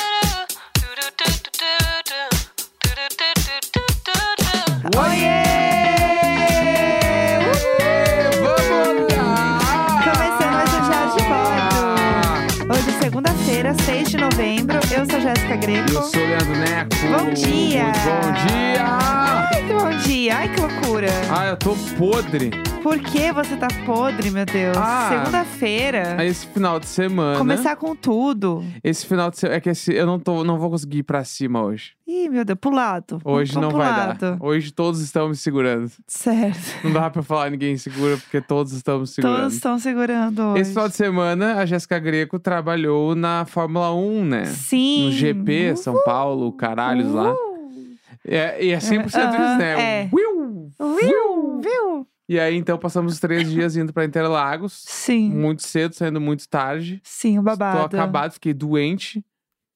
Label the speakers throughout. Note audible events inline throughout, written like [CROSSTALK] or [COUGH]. Speaker 1: Tá.
Speaker 2: um é segunda-feira, 6 de novembro. Eu sou Jéssica Greco.
Speaker 1: Eu sou o Leandro Neco.
Speaker 2: Bom dia.
Speaker 1: Muito Bom dia!
Speaker 2: Ai, que bom dia. Ai, que loucura.
Speaker 1: Ah, eu tô podre.
Speaker 2: Por que você tá podre, meu Deus?
Speaker 1: Ah.
Speaker 2: segunda-feira.
Speaker 1: Esse final de semana.
Speaker 2: Começar com tudo.
Speaker 1: Esse final de semana. É que esse- eu não, tô, não vou conseguir ir pra cima hoje.
Speaker 2: Ih, meu Deus, pulado.
Speaker 1: Hoje não vai
Speaker 2: Pulado.
Speaker 1: dar. Hoje todos estão me segurando.
Speaker 2: Certo.
Speaker 1: Não dá pra falar ninguém segura, porque todos estamos segurando.
Speaker 2: Todos estão segurando hoje.
Speaker 1: Esse final de semana, a Jéssica Greco trabalhou na Fórmula 1, né?
Speaker 2: Sim.
Speaker 1: No GP, São Paulo, caralhos lá.
Speaker 2: Uhul.
Speaker 1: É, e é 100%
Speaker 2: Aham,
Speaker 1: isso, né?
Speaker 2: é.
Speaker 1: Uiu!
Speaker 2: Viu? Viu?
Speaker 1: E aí, então, passamos os três dias indo pra Interlagos.
Speaker 2: Sim.
Speaker 1: Muito cedo, saindo muito tarde.
Speaker 2: Sim, o babado.
Speaker 1: Tô Hum. acabado, fiquei doente.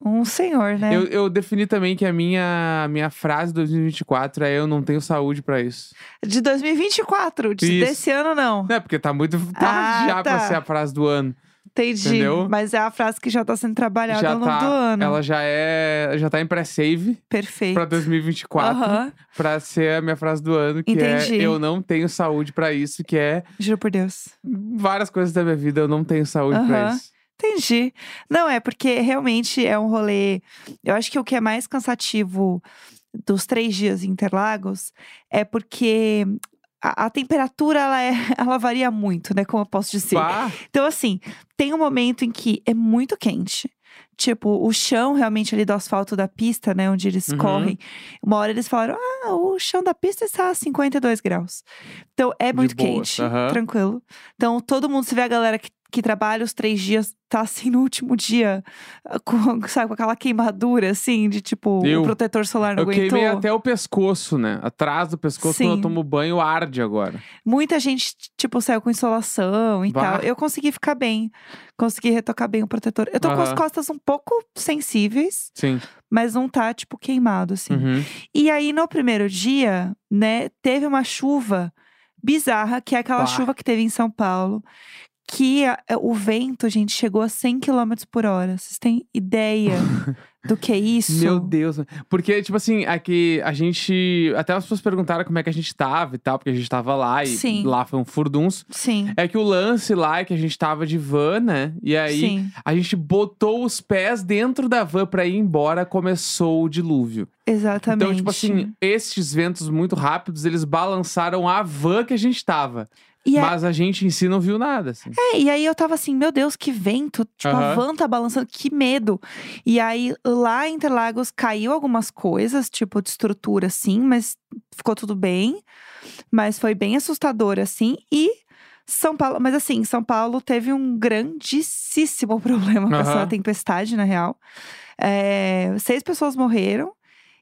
Speaker 2: Um senhor, né?
Speaker 1: Eu, eu defini também que a minha, minha frase 2024 é eu não tenho saúde pra isso.
Speaker 2: De 2024, de,
Speaker 1: Isso.
Speaker 2: desse ano não.
Speaker 1: Não é porque tá muito [LAUGHS] tarde
Speaker 2: Ah,
Speaker 1: já pra
Speaker 2: tá.
Speaker 1: ser a frase do ano.
Speaker 2: Entendi.
Speaker 1: Entendeu?
Speaker 2: Mas é a frase que já tá sendo trabalhada
Speaker 1: já
Speaker 2: ao longo
Speaker 1: tá,
Speaker 2: do ano.
Speaker 1: ela já é, já tá em pré-save
Speaker 2: Perfeito.
Speaker 1: pra 2024,
Speaker 2: Aham.
Speaker 1: pra ser a minha frase do ano, que
Speaker 2: Entendi.
Speaker 1: é eu não tenho saúde pra isso, que é
Speaker 2: Juro por Deus.
Speaker 1: várias coisas da minha vida eu não tenho saúde pra
Speaker 2: Aham.
Speaker 1: isso.
Speaker 2: Entendi. Não, é porque realmente é um rolê. Eu acho que o que é mais cansativo dos três dias em Interlagos é porque a, a temperatura ela, é- [LAUGHS] ela varia muito, né? Como eu posso dizer.
Speaker 1: Pá,
Speaker 2: Então, assim, tem um momento em que é muito quente. Tipo, o chão realmente ali do asfalto da pista, né? Onde eles
Speaker 1: Uhum.
Speaker 2: correm. Uma hora eles falaram: ah, o chão da pista está a 52 graus. Então é
Speaker 1: De
Speaker 2: muito
Speaker 1: boas,
Speaker 2: quente,
Speaker 1: aham.
Speaker 2: tranquilo. Então todo mundo se vê a galera que, que trabalha os três dias, tá assim no último dia, ah, com, sabe, com aquela queimadura, assim, de tipo,
Speaker 1: Eu-
Speaker 2: o protetor solar não
Speaker 1: eu
Speaker 2: aguentou.
Speaker 1: queimei até o pescoço, né? Atrás do pescoço,
Speaker 2: Sim.
Speaker 1: quando eu tomo banho, arde agora.
Speaker 2: Muita gente, tipo, saiu com insolação e
Speaker 1: Bah.
Speaker 2: tal. Eu consegui ficar bem. Consegui retocar bem o protetor. Eu tô com as
Speaker 1: Aham.
Speaker 2: costas um pouco sensíveis,
Speaker 1: Sim.
Speaker 2: mas não tá, tipo, queimado, assim.
Speaker 1: Uhum.
Speaker 2: E aí, no primeiro dia, né, teve uma chuva bizarra, que é aquela
Speaker 1: Bah.
Speaker 2: chuva que teve em São Paulo. Que a- é, o vento, gente, chegou a 100 km por hora. Vocês têm
Speaker 1: [LAUGHS]
Speaker 2: ideia do que é isso?
Speaker 1: Meu Deus. Porque, tipo assim, aqui a gente. Até as pessoas perguntaram como é que a gente tava e tal, porque a gente tava lá e
Speaker 2: Sim.
Speaker 1: lá foi um furdunço.
Speaker 2: Sim.
Speaker 1: É que o lance lá é que a gente tava de van, né? E aí
Speaker 2: Sim,
Speaker 1: a gente botou os pés dentro da van pra ir embora, começou o dilúvio.
Speaker 2: exatamente.
Speaker 1: Então, tipo assim, estes ventos muito rápidos, eles balançaram a van que a gente tava.
Speaker 2: E é-
Speaker 1: Mas a gente em si não viu nada, assim.
Speaker 2: É, e aí eu tava assim, meu Deus, que vento. Tipo, a
Speaker 1: Aham.
Speaker 2: van tá balançando, que medo. E aí, lá em Interlagos, caiu algumas coisas, tipo, de estrutura, assim, mas ficou tudo bem. Mas foi bem assustador, assim. E São Paulo, mas assim, São Paulo teve um grandíssimo [LAUGHS] problema com essa
Speaker 1: Aham.
Speaker 2: tempestade, na real. É, seis pessoas morreram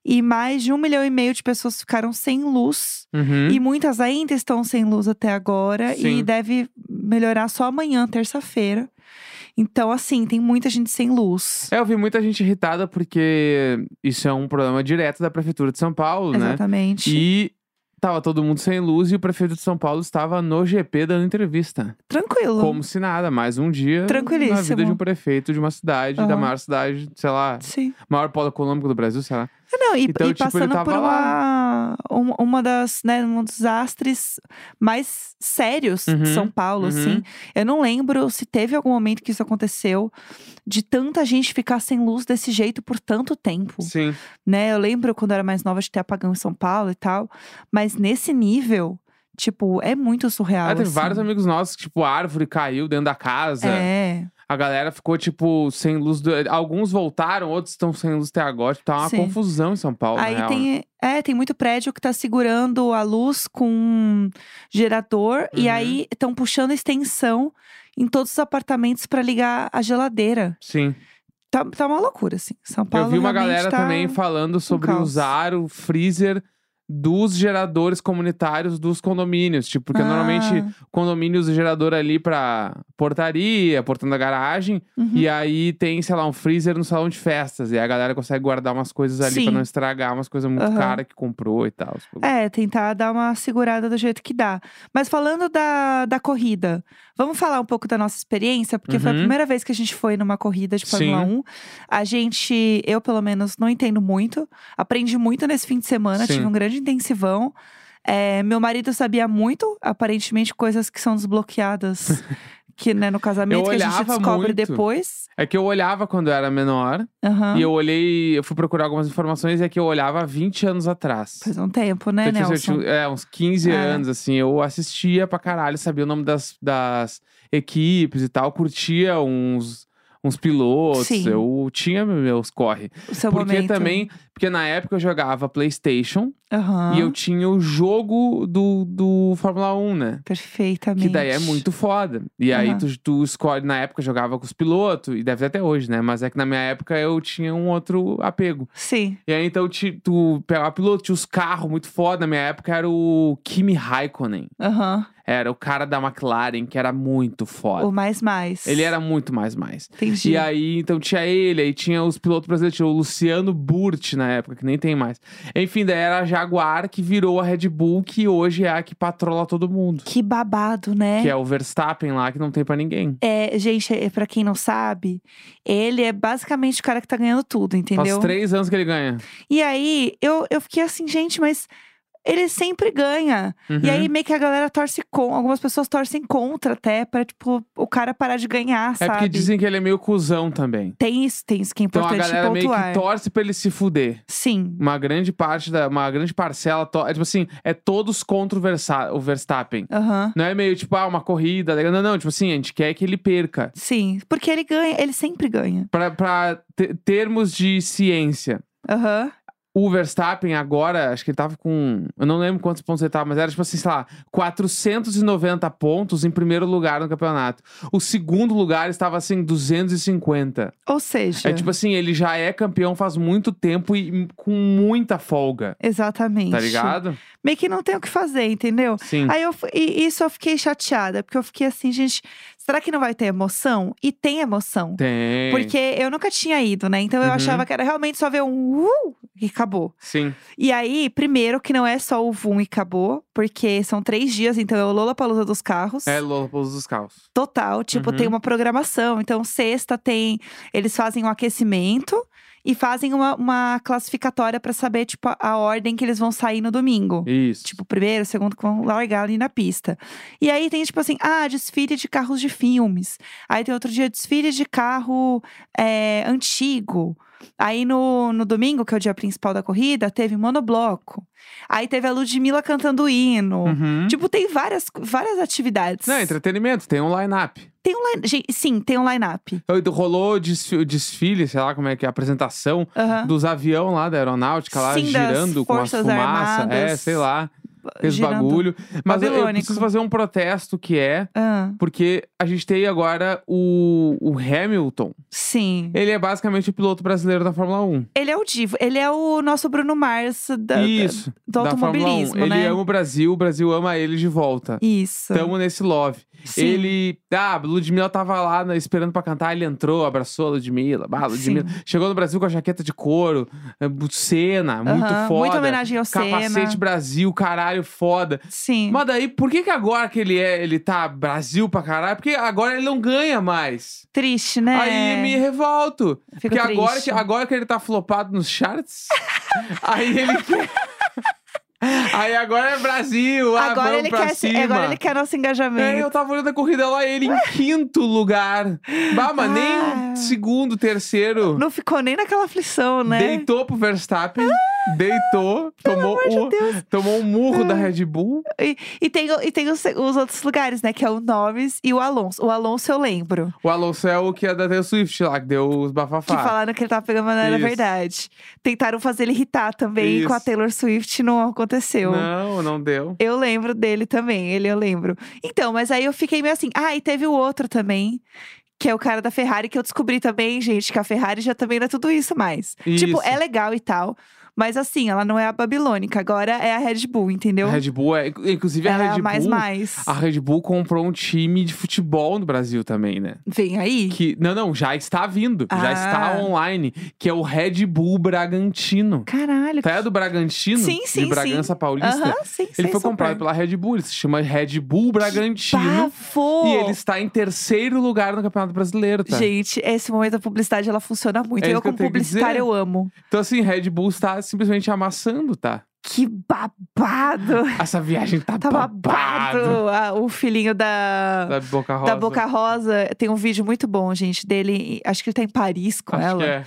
Speaker 2: e mais de um milhão e meio de pessoas ficaram sem luz.
Speaker 1: Uhum.
Speaker 2: E muitas ainda estão sem luz até agora e
Speaker 1: Sim.
Speaker 2: deve melhorar só amanhã, terça-feira. Então, assim, tem muita gente sem luz.
Speaker 1: É, eu vi muita gente irritada porque isso é um problema direto da Prefeitura de São Paulo, né?
Speaker 2: Exatamente.
Speaker 1: E tava todo mundo sem luz e o prefeito de São Paulo estava no GP dando entrevista.
Speaker 2: Tranquilo.
Speaker 1: Como se nada, mais um dia na vida
Speaker 2: Tranquilíssimo.
Speaker 1: de um prefeito de uma cidade, da
Speaker 2: Aham.
Speaker 1: maior cidade, sei lá,
Speaker 2: Sim.
Speaker 1: maior polo econômico do Brasil, sei lá.
Speaker 2: Ah, Não, e,
Speaker 1: Então,
Speaker 2: e
Speaker 1: tipo, ele
Speaker 2: passando
Speaker 1: tava
Speaker 2: por uma, um- uma das, né, um dos desastres mais sérios
Speaker 1: Uhum,
Speaker 2: de São Paulo,
Speaker 1: uhum.
Speaker 2: assim. Eu não lembro se teve algum momento que isso aconteceu, de tanta gente ficar sem luz desse jeito por tanto tempo.
Speaker 1: Sim.
Speaker 2: né? Eu lembro quando eu era mais nova de ter apagão em São Paulo e tal, mas nesse nível, tipo, é muito surreal.
Speaker 1: Ah, teve
Speaker 2: assim.
Speaker 1: vários amigos nossos que, tipo, a árvore caiu dentro da casa.
Speaker 2: É,
Speaker 1: A galera ficou, tipo, sem luz. do- Alguns voltaram, outros estão sem luz até agora. Tipo, tá uma
Speaker 2: Sim.
Speaker 1: confusão em São Paulo, na
Speaker 2: aí
Speaker 1: real, né?
Speaker 2: tem, é, tem muito prédio que tá segurando a luz com um gerador e
Speaker 1: Uhum.
Speaker 2: aí estão puxando extensão em todos os apartamentos pra ligar a geladeira.
Speaker 1: Sim.
Speaker 2: Tá, tá uma loucura assim. São Paulo
Speaker 1: Eu vi uma
Speaker 2: realmente
Speaker 1: galera
Speaker 2: tá-
Speaker 1: também falando sobre
Speaker 2: caos.
Speaker 1: usar o freezer dos geradores comunitários dos condomínios. Tipo, porque
Speaker 2: Ah,
Speaker 1: normalmente o condomínio usa o gerador ali pra portaria, portando a garagem.
Speaker 2: uhum.
Speaker 1: E aí tem, sei lá, um freezer no salão de festas. E aí a galera consegue guardar umas coisas ali pra
Speaker 2: Sim.
Speaker 1: não estragar umas coisas muito
Speaker 2: Aham.
Speaker 1: caras que comprou e tal. os bagulho.
Speaker 2: É, tentar dar uma segurada do jeito que dá. Mas falando da, da corrida, vamos falar um pouco da nossa experiência, porque foi a
Speaker 1: Uhum.
Speaker 2: primeira vez que a gente foi numa corrida de Fórmula
Speaker 1: Sim.
Speaker 2: 1. A gente, eu pelo menos, não entendo muito. Aprendi muito nesse fim de semana,
Speaker 1: Sim.
Speaker 2: tive um grande intensivão.
Speaker 1: [LAUGHS]
Speaker 2: É, meu marido sabia muito, aparentemente, coisas que são desbloqueadas que, né, no casamento,
Speaker 1: Eu
Speaker 2: que a gente
Speaker 1: olhava
Speaker 2: descobre
Speaker 1: muito.
Speaker 2: depois.
Speaker 1: É que eu olhava quando eu era menor
Speaker 2: Aham.
Speaker 1: e eu olhei, eu fui procurar algumas informações e é que eu olhava há 20 anos atrás.
Speaker 2: Faz um tempo, né,
Speaker 1: Então, tipo,
Speaker 2: Nelson?
Speaker 1: assim, eu tinha é, uns 15
Speaker 2: É.
Speaker 1: anos, assim, eu assistia pra caralho, sabia o nome das, das equipes e tal, curtia uns, uns pilotos,
Speaker 2: Sim.
Speaker 1: eu tinha meus corre.
Speaker 2: O seu
Speaker 1: porque
Speaker 2: momento.
Speaker 1: também, porque na época eu jogava Playstation
Speaker 2: Aham.
Speaker 1: e eu tinha o jogo do, do Fórmula 1, né?
Speaker 2: Perfeitamente.
Speaker 1: Que daí é muito foda. E aí
Speaker 2: Aham.
Speaker 1: tu, tu escolhe, na época eu jogava com os pilotos, e deve até hoje, né? Mas é que na minha época eu tinha um outro apego.
Speaker 2: Sim.
Speaker 1: E aí, então, ti- tu pegava piloto, tinha os carros muito foda. Na minha época era o Kimi Raikkonen.
Speaker 2: Aham.
Speaker 1: Era o cara da McLaren, que era muito foda.
Speaker 2: O mais mais.
Speaker 1: Ele era muito mais mais.
Speaker 2: Entendi.
Speaker 1: E aí, então, tinha ele, aí tinha os pilotos brasileiros, tinha o Luciano Burt na época, que nem tem mais. Enfim, daí era a Jaguar que virou a Red Bull, que hoje é a que patrola todo mundo.
Speaker 2: Que babado, né?
Speaker 1: Que é o Verstappen lá, que não tem pra ninguém.
Speaker 2: É, gente, é, pra quem não sabe, ele é basicamente o cara que tá ganhando tudo, entendeu?
Speaker 1: Faz três anos que ele ganha.
Speaker 2: E aí, eu, eu fiquei assim, gente, mas ele sempre ganha. E
Speaker 1: Uhum.
Speaker 2: aí, meio que a galera torce com. Algumas pessoas torcem contra até, pra, tipo, o cara parar de ganhar,
Speaker 1: é
Speaker 2: sabe?
Speaker 1: porque dizem que ele é meio cuzão também.
Speaker 2: Tem isso, tem isso que é
Speaker 1: Então a
Speaker 2: importante
Speaker 1: galera meio
Speaker 2: pontuar. é.
Speaker 1: que torce pra ele se fuder.
Speaker 2: Sim.
Speaker 1: uma grande parte da uma grande parcela to- é tipo assim é todos contra o, Versa- o Verstappen
Speaker 2: Aham.
Speaker 1: não é meio tipo ah uma corrida legal. não não tipo assim a gente quer que ele perca
Speaker 2: Sim. Porque ele ganha, ele sempre ganha.
Speaker 1: Pra- pra te- termos de ciência
Speaker 2: Aham.
Speaker 1: o Verstappen agora acho que ele tava com eu não lembro quantos pontos ele tava mas era tipo assim sei lá 490 pontos em primeiro lugar no campeonato o segundo lugar estava assim 250
Speaker 2: Ou seja.
Speaker 1: é tipo assim ele já é campeão faz muito tempo e hum, com muita folga
Speaker 2: Exatamente.
Speaker 1: tá ligado
Speaker 2: Meio que não tem o que fazer, entendeu?
Speaker 1: sim
Speaker 2: Aí eu, fu- e isso eu fiquei chateada, porque eu fiquei assim, gente, será que não vai ter emoção? E tem emoção.
Speaker 1: tem
Speaker 2: Porque eu nunca tinha ido, né? Então eu
Speaker 1: Uhum.
Speaker 2: achava que era realmente só ver um uh, e acabou.
Speaker 1: sim
Speaker 2: E aí, primeiro que não é só o vum e acabou, porque são três dias, então é o Lola Palusa dos carros.
Speaker 1: É Lollapalooza dos Carros.
Speaker 2: Total, tipo,
Speaker 1: Uhum.
Speaker 2: tem uma programação. Então, sexta tem. Eles fazem um aquecimento e fazem uma, uma classificatória pra saber, tipo, a- a ordem que eles vão sair no domingo.
Speaker 1: Isso.
Speaker 2: Tipo, o primeiro, o segundo que vão largar ali na pista. E aí tem, tipo assim, ah, desfile de carros de filmes. Aí tem outro dia, desfile de carro é, antigo. Aí no, no domingo, que é o dia principal da corrida, teve monobloco. Aí teve a Ludmilla cantando hino.
Speaker 1: Uhum.
Speaker 2: Tipo, tem várias, várias atividades.
Speaker 1: Não, entretenimento, tem um line-up.
Speaker 2: Tem um line... gente, Sim, tem um line-up.
Speaker 1: Eu- Rolou o desfi- o desfile, sei lá como é que é, a apresentação
Speaker 2: Aham.
Speaker 1: dos avião lá da aeronáutica, lá
Speaker 2: Sim, das
Speaker 1: girando com as
Speaker 2: Forças
Speaker 1: fumaças. É,
Speaker 2: Armadas
Speaker 1: sei lá, fez
Speaker 2: girando.
Speaker 1: bagulho. Mas eu- eu
Speaker 2: Babilônico.
Speaker 1: preciso fazer um protesto que é.
Speaker 2: Ah,
Speaker 1: Porque a gente tem agora o, o Hamilton.
Speaker 2: sim.
Speaker 1: Ele é basicamente o piloto brasileiro da Fórmula 1.
Speaker 2: Ele é o divo. Ele é o nosso Bruno Mars da,
Speaker 1: Isso.
Speaker 2: do
Speaker 1: da Fórmula 1.
Speaker 2: automobilismo,
Speaker 1: Ele
Speaker 2: né?
Speaker 1: ama o Brasil, o Brasil ama ele de volta.
Speaker 2: Isso.
Speaker 1: Tamo nesse love.
Speaker 2: Sim.
Speaker 1: Ele. Ah, a Ludmilla tava lá né, esperando pra cantar, ele entrou, abraçou a Ludmilla. Bah, a Ludmilla. Chegou no Brasil com a jaqueta de couro, eh, bu- cena, muito
Speaker 2: Aham,
Speaker 1: foda.
Speaker 2: Muita homenagem ao
Speaker 1: Capacete
Speaker 2: Senna.
Speaker 1: Brasil, caralho, foda.
Speaker 2: Sim.
Speaker 1: Mas daí, por que que agora que ele é, ele tá Brasil pra caralho? Porque agora ele não ganha mais.
Speaker 2: Triste, né?
Speaker 1: Aí me revolto.
Speaker 2: Fico
Speaker 1: porque agora
Speaker 2: triste.
Speaker 1: que, agora que ele tá flopado nos charts, [LAUGHS] aí ele quer. [LAUGHS] Aí agora é Brasil, ah,
Speaker 2: Agora
Speaker 1: vamos
Speaker 2: ele,
Speaker 1: pra
Speaker 2: quer, se-
Speaker 1: cima.
Speaker 2: agora ele quer
Speaker 1: É,
Speaker 2: nosso
Speaker 1: eu
Speaker 2: engajamento.
Speaker 1: tava olhando a corrida lá, ele em quinto lugar. Bah, mas nem
Speaker 2: Ah.
Speaker 1: segundo, terceiro.
Speaker 2: Não ficou nem naquela aflição, né? Ah,
Speaker 1: Deitou pro Verstappen. Deitou. Tomou, o, tomou um murro da Red Bull.
Speaker 2: E, e tem, o- e tem os, os outros lugares, né? Que é o Norris e o Alonso. O Alonso eu lembro.
Speaker 1: O Alonso é o que é da Taylor Swift lá, que deu os
Speaker 2: Que
Speaker 1: bafafá.
Speaker 2: falaram que ele tava pegando, mas não era
Speaker 1: Isso.
Speaker 2: verdade. Tentaram fazer ele irritar também
Speaker 1: Isso.
Speaker 2: com a Taylor Swift, não aconteceu.
Speaker 1: Não, não deu.
Speaker 2: Eu lembro dele também, ele eu lembro. Então, mas aí eu fiquei meio assim. Ah, e teve o outro também, que é o cara da Ferrari, que eu descobri também, gente, que a Ferrari já também não é tudo isso mais. Tipo,
Speaker 1: Isso.
Speaker 2: é legal e tal, mas assim, ela não é a babilônica, agora é a Red Bull, entendeu?
Speaker 1: A Red Bull é. Inclusive,
Speaker 2: ela
Speaker 1: a
Speaker 2: é
Speaker 1: Red
Speaker 2: a mais
Speaker 1: Bull.
Speaker 2: mais.
Speaker 1: A Red Bull comprou um time de futebol no Brasil também, né?
Speaker 2: Vem aí.
Speaker 1: Que, não, não, já está vindo. Já
Speaker 2: Ah.
Speaker 1: está online. Que é o Red Bull Bragantino.
Speaker 2: Caralho.
Speaker 1: Tá é do Bragantino?
Speaker 2: Sim, sim,
Speaker 1: De Bragança Paulista.
Speaker 2: Aham, sim,
Speaker 1: Ele
Speaker 2: sei
Speaker 1: foi
Speaker 2: super.
Speaker 1: comprado pela Red Bull, ele se chama Red Bull Bragantino.
Speaker 2: Pavô!
Speaker 1: E ele está em terceiro lugar no Campeonato Brasileiro, tá?
Speaker 2: Gente, esse momento da publicidade, ela funciona muito.
Speaker 1: É isso
Speaker 2: eu,
Speaker 1: que eu
Speaker 2: como
Speaker 1: tenho que
Speaker 2: publicitária,
Speaker 1: dizer.
Speaker 2: eu amo.
Speaker 1: Então, assim, Red Bull está simplesmente amassando, tá?
Speaker 2: Que babado!
Speaker 1: Essa viagem tá,
Speaker 2: [LAUGHS] Tá babado! Ah, o filhinho da,
Speaker 1: Da Tá Boca Rosa.
Speaker 2: da Boca Rosa. Tem um vídeo muito bom, gente, dele. Acho que ele tá em Paris com
Speaker 1: Acho
Speaker 2: ela.
Speaker 1: que é.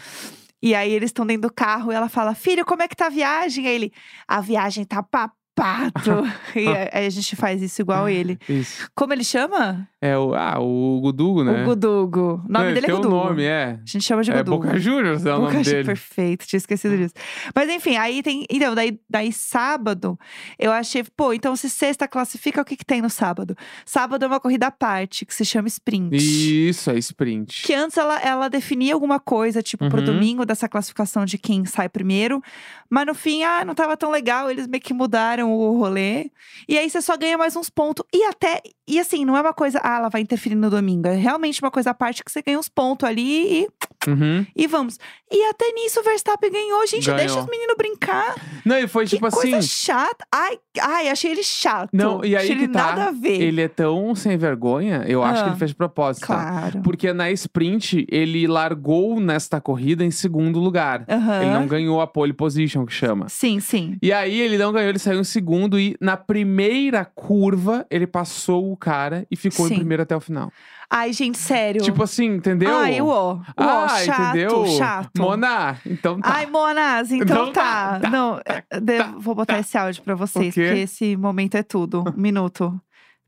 Speaker 2: E aí eles estão dentro do carro e ela fala: Filho, como é que tá a viagem? Aí ele: A viagem
Speaker 1: [LAUGHS]
Speaker 2: tá papado. e a- aí a gente faz isso igual ele.
Speaker 1: Isso.
Speaker 2: Como ele chama?
Speaker 1: É o, ah, o Gudugo, né?
Speaker 2: O Gudugo. O nome
Speaker 1: Não,
Speaker 2: dele é
Speaker 1: tem um
Speaker 2: Gudugo.
Speaker 1: nome, é.
Speaker 2: A gente chama de
Speaker 1: É
Speaker 2: Gudugo.
Speaker 1: Boca Juniors é o nome
Speaker 2: Boca Ju-
Speaker 1: dele.
Speaker 2: Perfeito, tinha esquecido disso. Mas enfim, aí tem. Então, daí, daí sábado, eu achei, pô, então se sexta classifica, o que, que tem no sábado? Sábado é uma corrida à parte, que se chama sprint.
Speaker 1: Isso, é sprint.
Speaker 2: Que antes ela, ela definia alguma coisa, tipo, pro
Speaker 1: Uhum.
Speaker 2: domingo, dessa classificação de quem sai primeiro. Mas no fim, ah, não tava tão legal, eles meio que mudaram o rolê. E aí você só ganha mais uns pontos. E até. E assim, não é uma coisa, ah, ela vai interferir no domingo. É realmente uma coisa à parte que você ganha uns pontos ali e,
Speaker 1: Uhum.
Speaker 2: e vamos. E até nisso o Verstappen ganhou. Gente,
Speaker 1: Ganhou.
Speaker 2: deixa os meninos brincar.
Speaker 1: Não, e foi
Speaker 2: Que
Speaker 1: tipo
Speaker 2: coisa
Speaker 1: assim.
Speaker 2: chata. Ai, ai, achei ele chato.
Speaker 1: Não, e aí
Speaker 2: achei
Speaker 1: que
Speaker 2: ele
Speaker 1: tá.
Speaker 2: nada a ver.
Speaker 1: Ele é tão sem vergonha, eu acho
Speaker 2: Ah.
Speaker 1: que ele fez de propósito. tá?
Speaker 2: Claro.
Speaker 1: Porque na sprint, ele largou nesta corrida em segundo lugar.
Speaker 2: Aham.
Speaker 1: Ele não ganhou a pole position, que chama.
Speaker 2: Sim, sim.
Speaker 1: E aí ele não ganhou, ele saiu em segundo e na primeira curva ele passou o cara e ficou
Speaker 2: Sim.
Speaker 1: em primeiro até o final.
Speaker 2: Ai, gente, sério.
Speaker 1: Tipo assim, entendeu?
Speaker 2: Ai, o ó. O ó,
Speaker 1: Ah,
Speaker 2: chato,
Speaker 1: entendeu?
Speaker 2: chato.
Speaker 1: Moná, então tá.
Speaker 2: Ai, Monaz, então,
Speaker 1: Então
Speaker 2: tá.
Speaker 1: tá, tá,
Speaker 2: Não, eu devo- vou botar esse áudio pra vocês,
Speaker 1: O quê?
Speaker 2: porque esse momento
Speaker 1: [LAUGHS]
Speaker 2: é tudo. Um minuto.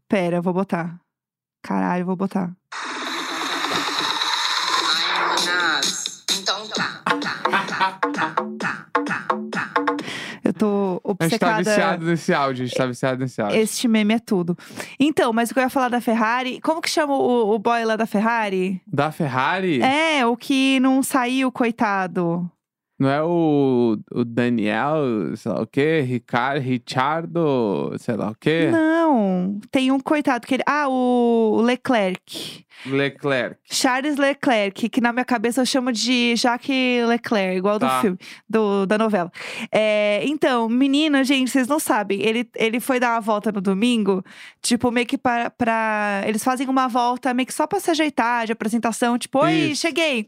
Speaker 2: Pera, eu vou botar. Caralho, eu vou botar.
Speaker 3: Ai, meninas. Então tá, tá, tá, tá, tá, tá.
Speaker 2: Eu tô
Speaker 1: a gente tá
Speaker 2: obcecada.
Speaker 1: viciado nesse áudio, a gente tá viciado nesse áudio.
Speaker 2: este meme é tudo. Então, mas o que eu ia falar da Ferrari. Como que chama o, o boy lá da Ferrari?
Speaker 1: Da Ferrari,
Speaker 2: É, o que não saiu, coitado.
Speaker 1: não é o, o Daniel, sei lá o quê, Ricardo, Richardo, sei lá o quê,
Speaker 2: Não. Tem um coitado que ele. Ah, o Leclerc.
Speaker 1: Leclerc.
Speaker 2: Charles Leclerc, que na minha cabeça eu chamo de Jacques Leclerc, igual do
Speaker 1: Tá.
Speaker 2: filme, do- da novela. É, então, menina, gente, vocês não sabem. Ele, ele foi dar uma volta no domingo, tipo, meio que para, pra- Eles fazem uma volta meio que só pra se ajeitar, de apresentação, tipo, oi,
Speaker 1: Isso.
Speaker 2: cheguei.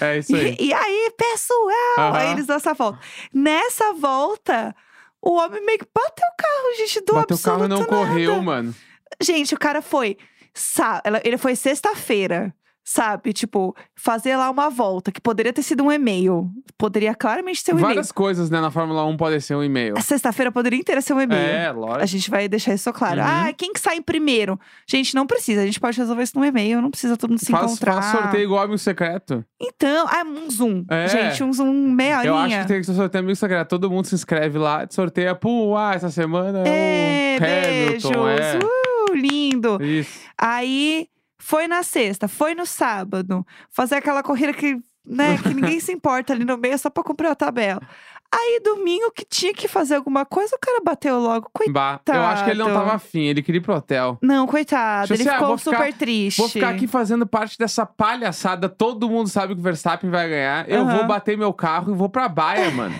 Speaker 1: é isso aí.
Speaker 2: E, e aí, pessoal?
Speaker 1: Aham.
Speaker 2: Aí eles dão essa volta. Nessa volta. O homem meio que bateu o carro, gente, do
Speaker 1: Bateu o
Speaker 2: absoluto
Speaker 1: carro e não
Speaker 2: nada.
Speaker 1: correu, mano.
Speaker 2: Gente, o cara foi. sa- ela- Ele foi sexta-feira, sabe? Tipo, fazer lá uma volta, que poderia ter sido um e-mail. Poderia claramente ser um
Speaker 1: Várias coisas, né, na Fórmula 1 podem ser um e-mail.
Speaker 2: e-mail. Sexta-feira poderia inteira ser um É e-mail.
Speaker 1: É,
Speaker 2: A
Speaker 1: lógico.
Speaker 2: gente vai deixar isso claro.
Speaker 1: Uhum.
Speaker 2: Ah, quem que sai em primeiro? Gente, não precisa. A gente pode resolver isso num e-mail. Não precisa todo mundo se
Speaker 1: Faz,
Speaker 2: encontrar.
Speaker 1: faz sorteio igual amigo secreto.
Speaker 2: Então, ah, um zoom.
Speaker 1: É.
Speaker 2: Gente, um zoom meia
Speaker 1: Eu acho
Speaker 2: horinha.
Speaker 1: que tem que sorteio amigo secreto. Todo mundo se inscreve lá, sorteia. Pô, ah, essa semana
Speaker 2: É,
Speaker 1: é o
Speaker 2: beijos.
Speaker 1: Hamilton, é.
Speaker 2: Uh, lindo.
Speaker 1: Isso.
Speaker 2: Aí foi na sexta, foi no sábado, fazer aquela corrida que, né, que ninguém se importa ali no meio só pra cumprir a tabela. Aí domingo que tinha que fazer alguma coisa, o cara bateu logo. Coitado.
Speaker 1: Bah, eu acho que ele não
Speaker 2: Coitado.
Speaker 1: tava afim, ele queria ir pro hotel.
Speaker 2: Não, coitado,
Speaker 1: Deixa eu
Speaker 2: ele
Speaker 1: ser- ah,
Speaker 2: ficou
Speaker 1: vou ficar-
Speaker 2: super triste.
Speaker 1: Vou ficar aqui fazendo parte dessa palhaçada. Todo mundo sabe que o Verstappen vai ganhar. Eu
Speaker 2: Aham.
Speaker 1: vou bater meu carro e vou pra baia, mano.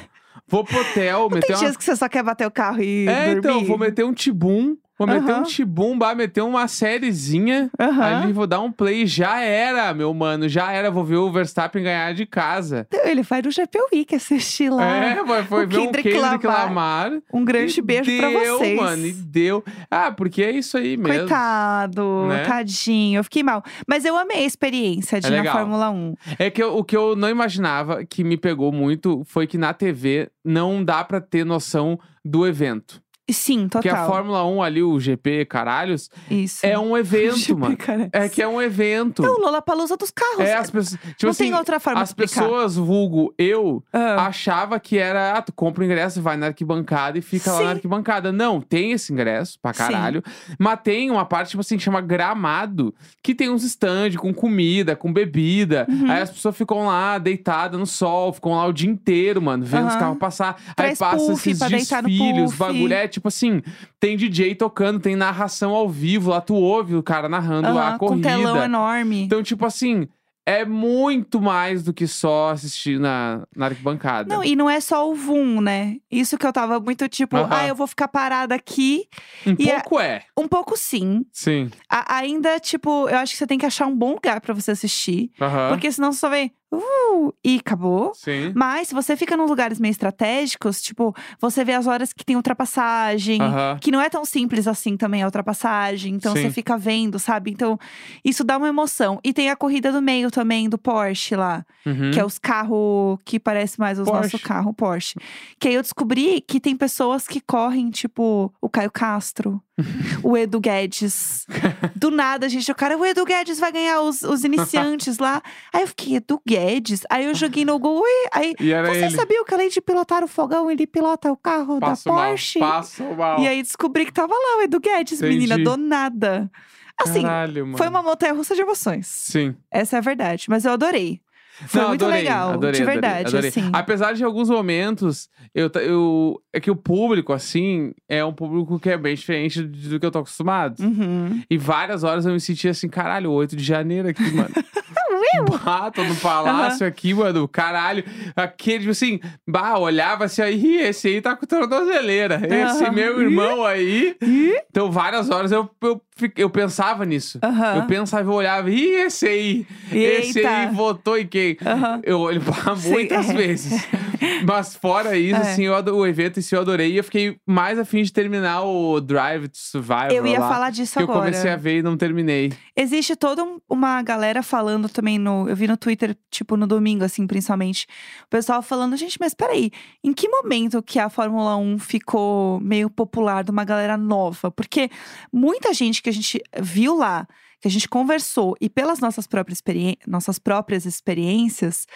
Speaker 1: Vou pro hotel,
Speaker 2: Não
Speaker 1: meter
Speaker 2: tem
Speaker 1: uma
Speaker 2: dias que você só quer bater o carro e
Speaker 1: então. É,
Speaker 2: dormir?
Speaker 1: então, vou meter um tibum. Vou meter
Speaker 2: Aham.
Speaker 1: um tibum, vai meter uma sériezinha.
Speaker 2: Aham.
Speaker 1: Ali vou dar um play. Já era, meu mano. Já era. Vou ver o Verstappen ganhar de casa.
Speaker 2: Então, Ele vai no GP Week assistir lá.
Speaker 1: É, vai, foi
Speaker 2: Ah, o
Speaker 1: ver um
Speaker 2: Kendrick
Speaker 1: Kendrick
Speaker 2: Lamar.
Speaker 1: Lamar.
Speaker 2: Um grande
Speaker 1: E
Speaker 2: beijo pra
Speaker 1: deu,
Speaker 2: vocês.
Speaker 1: mano. E deu. Ah, porque é isso aí mesmo.
Speaker 2: Coitado,
Speaker 1: Né?
Speaker 2: tadinho, eu fiquei mal. Mas eu amei a experiência de ir na
Speaker 1: legal.
Speaker 2: Fórmula 1.
Speaker 1: É que eu- o que eu não imaginava, que me pegou muito, foi que na TV não dá pra ter noção do evento.
Speaker 2: Sim,
Speaker 1: Porque
Speaker 2: total.
Speaker 1: a Fórmula 1 ali, o GP, caralhos,
Speaker 2: Isso.
Speaker 1: é um
Speaker 2: [LAUGHS]
Speaker 1: evento, mano. É que é um evento.
Speaker 2: É o Lollapalooza dos carros.
Speaker 1: É, as pessoas. Tipo
Speaker 2: não
Speaker 1: assim,
Speaker 2: tem outra forma
Speaker 1: as
Speaker 2: de explicar.
Speaker 1: pessoas, vulgo, eu,
Speaker 2: Ah.
Speaker 1: achava que era, ah, tu compra o ingresso, vai na arquibancada e fica lá
Speaker 2: Sim.
Speaker 1: na arquibancada. Não, tem esse ingresso pra
Speaker 2: Sim.
Speaker 1: caralho. Mas tem uma parte, tipo assim, que chama gramado, que tem uns stand com comida, com bebida.
Speaker 2: Uhum.
Speaker 1: Aí as pessoas ficam lá deitadas no sol, ficam lá o dia inteiro, mano, vendo os
Speaker 2: Aham.
Speaker 1: carros passar.
Speaker 2: Traz
Speaker 1: Aí passa
Speaker 2: puff
Speaker 1: esses
Speaker 2: pra deitar no
Speaker 1: desfiles,
Speaker 2: puff.
Speaker 1: bagulho. É tipo assim, tem DJ tocando, tem narração ao vivo, lá tu ouve o cara narrando
Speaker 2: Aham,
Speaker 1: a
Speaker 2: com
Speaker 1: corrida.
Speaker 2: telão enorme.
Speaker 1: Então, tipo assim, é muito mais do que só assistir na, na arquibancada.
Speaker 2: Não, e não é só o VUM, né? Isso que eu tava muito tipo,
Speaker 1: Aham.
Speaker 2: ah, eu vou ficar parada aqui.
Speaker 1: um
Speaker 2: e a-
Speaker 1: pouco é.
Speaker 2: Um pouco sim.
Speaker 1: Sim.
Speaker 2: A- ainda, tipo, eu acho que você tem que achar um bom lugar pra você assistir.
Speaker 1: Aham.
Speaker 2: Porque senão você só vem. uh, e acabou.
Speaker 1: Sim.
Speaker 2: Mas se você fica nos lugares meio estratégicos, tipo, você vê as horas que tem ultrapassagem,
Speaker 1: Aham.
Speaker 2: que não é tão simples assim também a ultrapassagem. Então
Speaker 1: Sim.
Speaker 2: você fica vendo, sabe? Então isso dá uma emoção. E tem a corrida do meio também, do Porsche lá.
Speaker 1: Uhum.
Speaker 2: Que é os carros que parece mais os
Speaker 1: Porsche.
Speaker 2: nossos carros, Porsche. Que aí eu descobri que tem pessoas que correm, tipo, o Caio
Speaker 1: [LAUGHS]
Speaker 2: Castro, o Edu Guedes. Do nada, gente, o cara, o Edu Guedes vai ganhar os, os iniciantes lá. Aí eu fiquei, Edu Guedes? Aí eu joguei no Google, e aí…
Speaker 1: E era
Speaker 2: Você
Speaker 1: ele.
Speaker 2: sabia que além de pilotar o fogão, ele pilota o carro
Speaker 1: Passo
Speaker 2: da
Speaker 1: mal.
Speaker 2: Porsche?
Speaker 1: Passo mal.
Speaker 2: E aí descobri que tava lá o Edu Guedes, menina,
Speaker 1: Entendi.
Speaker 2: do nada. Assim,
Speaker 1: Caralho, mano.
Speaker 2: foi uma montanha-russa de emoções.
Speaker 1: Sim.
Speaker 2: Essa é a verdade. Mas eu adorei. Foi
Speaker 1: Não,
Speaker 2: muito
Speaker 1: adorei,
Speaker 2: legal,
Speaker 1: adorei,
Speaker 2: de
Speaker 1: adorei,
Speaker 2: verdade,
Speaker 1: adorei.
Speaker 2: assim.
Speaker 1: Apesar de em alguns momentos, eu, ta- eu, é que o público, assim, é um público que é bem diferente de- do que eu tô acostumado.
Speaker 2: Uhum.
Speaker 1: E várias horas eu me sentia assim, caralho, 8 de janeiro aqui,
Speaker 2: [LAUGHS]
Speaker 1: mano. bah, tô no palácio aqui, mano. Caralho. Aqui, tipo assim, bah, olhava assim, aí, "Ih, esse aí tá com tornozeleira. Esse
Speaker 2: Aham.
Speaker 1: meu irmão aí. Então, várias horas eu, eu, fi- eu pensava nisso.
Speaker 2: Aham.
Speaker 1: Eu pensava, eu olhava, ih, esse aí. Esse aí
Speaker 2: Eita.
Speaker 1: votou em quem?
Speaker 2: Aham.
Speaker 1: Eu olho pra
Speaker 2: [LAUGHS] Sim,
Speaker 1: muitas
Speaker 2: é.
Speaker 1: vezes. Mas fora isso,
Speaker 2: É.
Speaker 1: assim, eu ado- o evento em si eu adorei. E eu fiquei mais afim de terminar o Drive to Survival
Speaker 2: Eu ia
Speaker 1: lá.
Speaker 2: falar disso
Speaker 1: Que eu
Speaker 2: agora.
Speaker 1: comecei a ver e não terminei.
Speaker 2: Existe toda um- uma galera falando também no. Eu vi no Twitter, tipo, no domingo, assim, principalmente. O pessoal falando, gente, mas peraí, em que momento que a Fórmula 1 ficou meio popular de uma galera nova? Porque muita gente que a gente viu lá, que a gente conversou, e pelas nossas próprias, experi- nossas próprias experiências.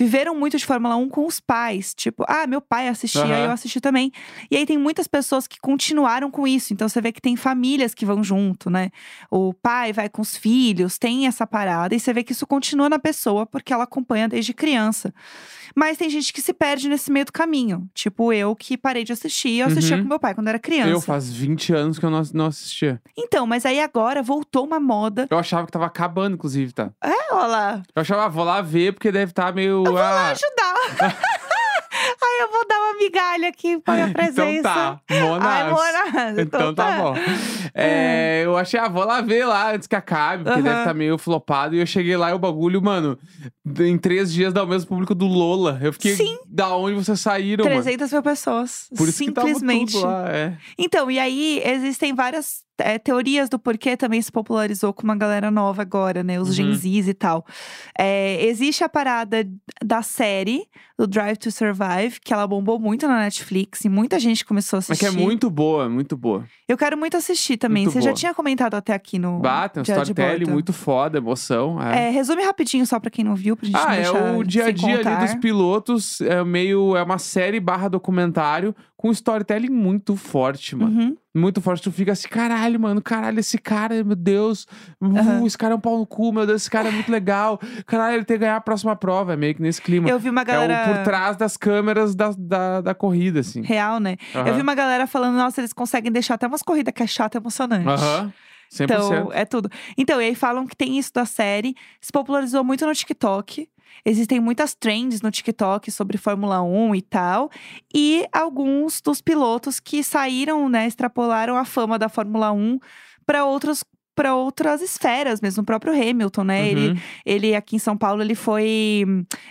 Speaker 2: Viveram muito de Fórmula 1 com os pais. Tipo, ah, meu pai assistia,
Speaker 1: Aham.
Speaker 2: eu assisti também. E aí tem muitas pessoas que continuaram com isso. Então você vê que tem famílias que vão junto, né? o pai vai com os filhos, tem essa parada, e você vê que isso continua na pessoa porque ela acompanha desde criança. Mas tem gente que se perde nesse meio do caminho. Tipo, eu que parei de assistir, eu assistia
Speaker 1: Uhum.
Speaker 2: com meu pai quando era criança.
Speaker 1: Eu faz 20 anos que eu não, ass- não assistia.
Speaker 2: Então, mas aí agora voltou uma moda.
Speaker 1: Eu achava que tava acabando, inclusive, tá?
Speaker 2: É, olha lá,
Speaker 1: Eu achava, ah, vou lá ver, porque deve estar meio. ah,
Speaker 2: ajudar.
Speaker 1: [LAUGHS]
Speaker 2: Aí eu vou dar uma migalha aqui pra minha presença.
Speaker 1: então tá,
Speaker 2: Ai,
Speaker 1: Monas.
Speaker 2: Monas,
Speaker 1: Então tá bom. É, eu achei, ah, vou lá ver lá antes que acabe, porque
Speaker 2: Aham.
Speaker 1: deve estar meio flopado. E eu cheguei lá e o bagulho, mano, em três dias dá o mesmo público do Lola. Eu fiquei,
Speaker 2: Sim.
Speaker 1: da onde vocês saíram, mano?
Speaker 2: 300 mil pessoas.
Speaker 1: Por isso
Speaker 2: simplesmente.
Speaker 1: que tava tudo lá, é.
Speaker 2: Então, e aí existem várias é, teorias do porquê também se popularizou com uma galera nova agora, né? Os
Speaker 1: Uhum.
Speaker 2: Gen Zs e tal. É, existe a parada da série, do Drive to Survive, que ela bombou muito na Netflix e muita gente começou a
Speaker 1: Mas
Speaker 2: assistir.
Speaker 1: que é muito boa, muito boa.
Speaker 2: Eu quero muito assistir também.
Speaker 1: Muito
Speaker 2: Você já
Speaker 1: boa.
Speaker 2: tinha comentado até aqui no.
Speaker 1: Bah, tem um
Speaker 2: Diário de
Speaker 1: storytelling
Speaker 2: Bordo.
Speaker 1: muito foda, emoção. é.
Speaker 2: É, resume rapidinho só pra quem não viu, pra gente não
Speaker 1: Ah, é
Speaker 2: deixar
Speaker 1: o dia a
Speaker 2: sem
Speaker 1: dia ali
Speaker 2: contar.
Speaker 1: dos pilotos, é meio. É uma série barra documentário com storytelling muito forte, mano.
Speaker 2: Uhum.
Speaker 1: Muito forte. Tu fica assim, caralho, mano, caralho, esse cara, meu Deus. uh,
Speaker 2: Aham.
Speaker 1: esse cara é um pau no cu, meu Deus, esse cara é muito legal. Caralho, ele tem que ganhar a próxima prova. É meio que nesse clima.
Speaker 2: Eu vi uma
Speaker 1: É o por
Speaker 2: galera
Speaker 1: trás das câmeras da, da, da corrida, assim.
Speaker 2: real, né? [LAUGHS] Eu
Speaker 1: Aham.
Speaker 2: vi uma galera falando, nossa, eles conseguem deixar até umas corridas que é chata e emocionante.
Speaker 1: Aham. 100%.
Speaker 2: Então, é tudo. Então, e aí falam que tem isso da série. Se popularizou muito no TikTok. Existem muitas trends no TikTok sobre Fórmula 1 e tal. E alguns dos pilotos que saíram, né, extrapolaram a fama da Fórmula 1 para outros para outras esferas mesmo, o próprio Hamilton, né? Ele,
Speaker 1: Uhum.
Speaker 2: ele aqui em São Paulo ele foi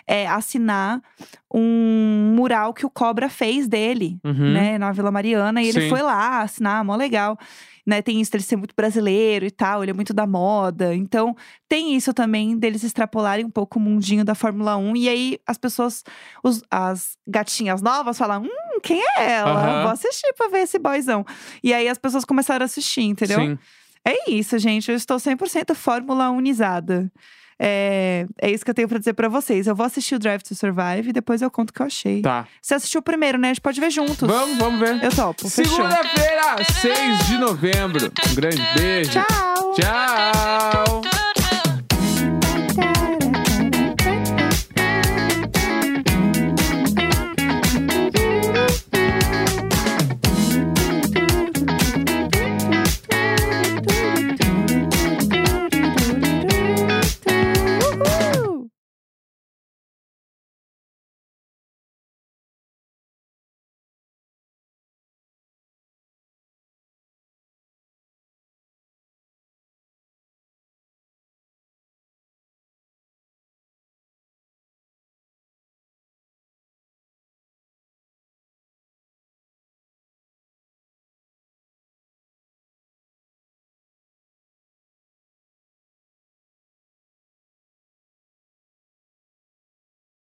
Speaker 2: é, assinar um mural que o Cobra fez dele
Speaker 1: Uhum.
Speaker 2: né, na Vila Mariana. E
Speaker 1: Sim.
Speaker 2: ele foi lá assinar, mó legal. Né, tem isso dele ser muito brasileiro e tal, ele é muito da moda. Então, tem isso também deles extrapolarem um pouco o mundinho da Fórmula 1. E aí, as pessoas, os- as gatinhas novas falam, hum, quem é ela?
Speaker 1: Aham.
Speaker 2: Vou assistir pra ver esse boyzão. E aí, as pessoas começaram a assistir, entendeu?
Speaker 1: Sim.
Speaker 2: É isso, gente. Eu estou 100% Fórmula Unizada. É, é isso que eu tenho pra dizer pra vocês. Eu vou assistir o Drive to Survive e depois eu conto o que eu achei.
Speaker 1: Tá.
Speaker 2: Você assistiu o primeiro, né? A gente pode ver juntos.
Speaker 1: Vamos, vamos ver.
Speaker 2: Eu topo. Fechou.
Speaker 1: Segunda-feira, 6 de novembro. Um grande beijo.
Speaker 2: Tchau.
Speaker 1: Tchau.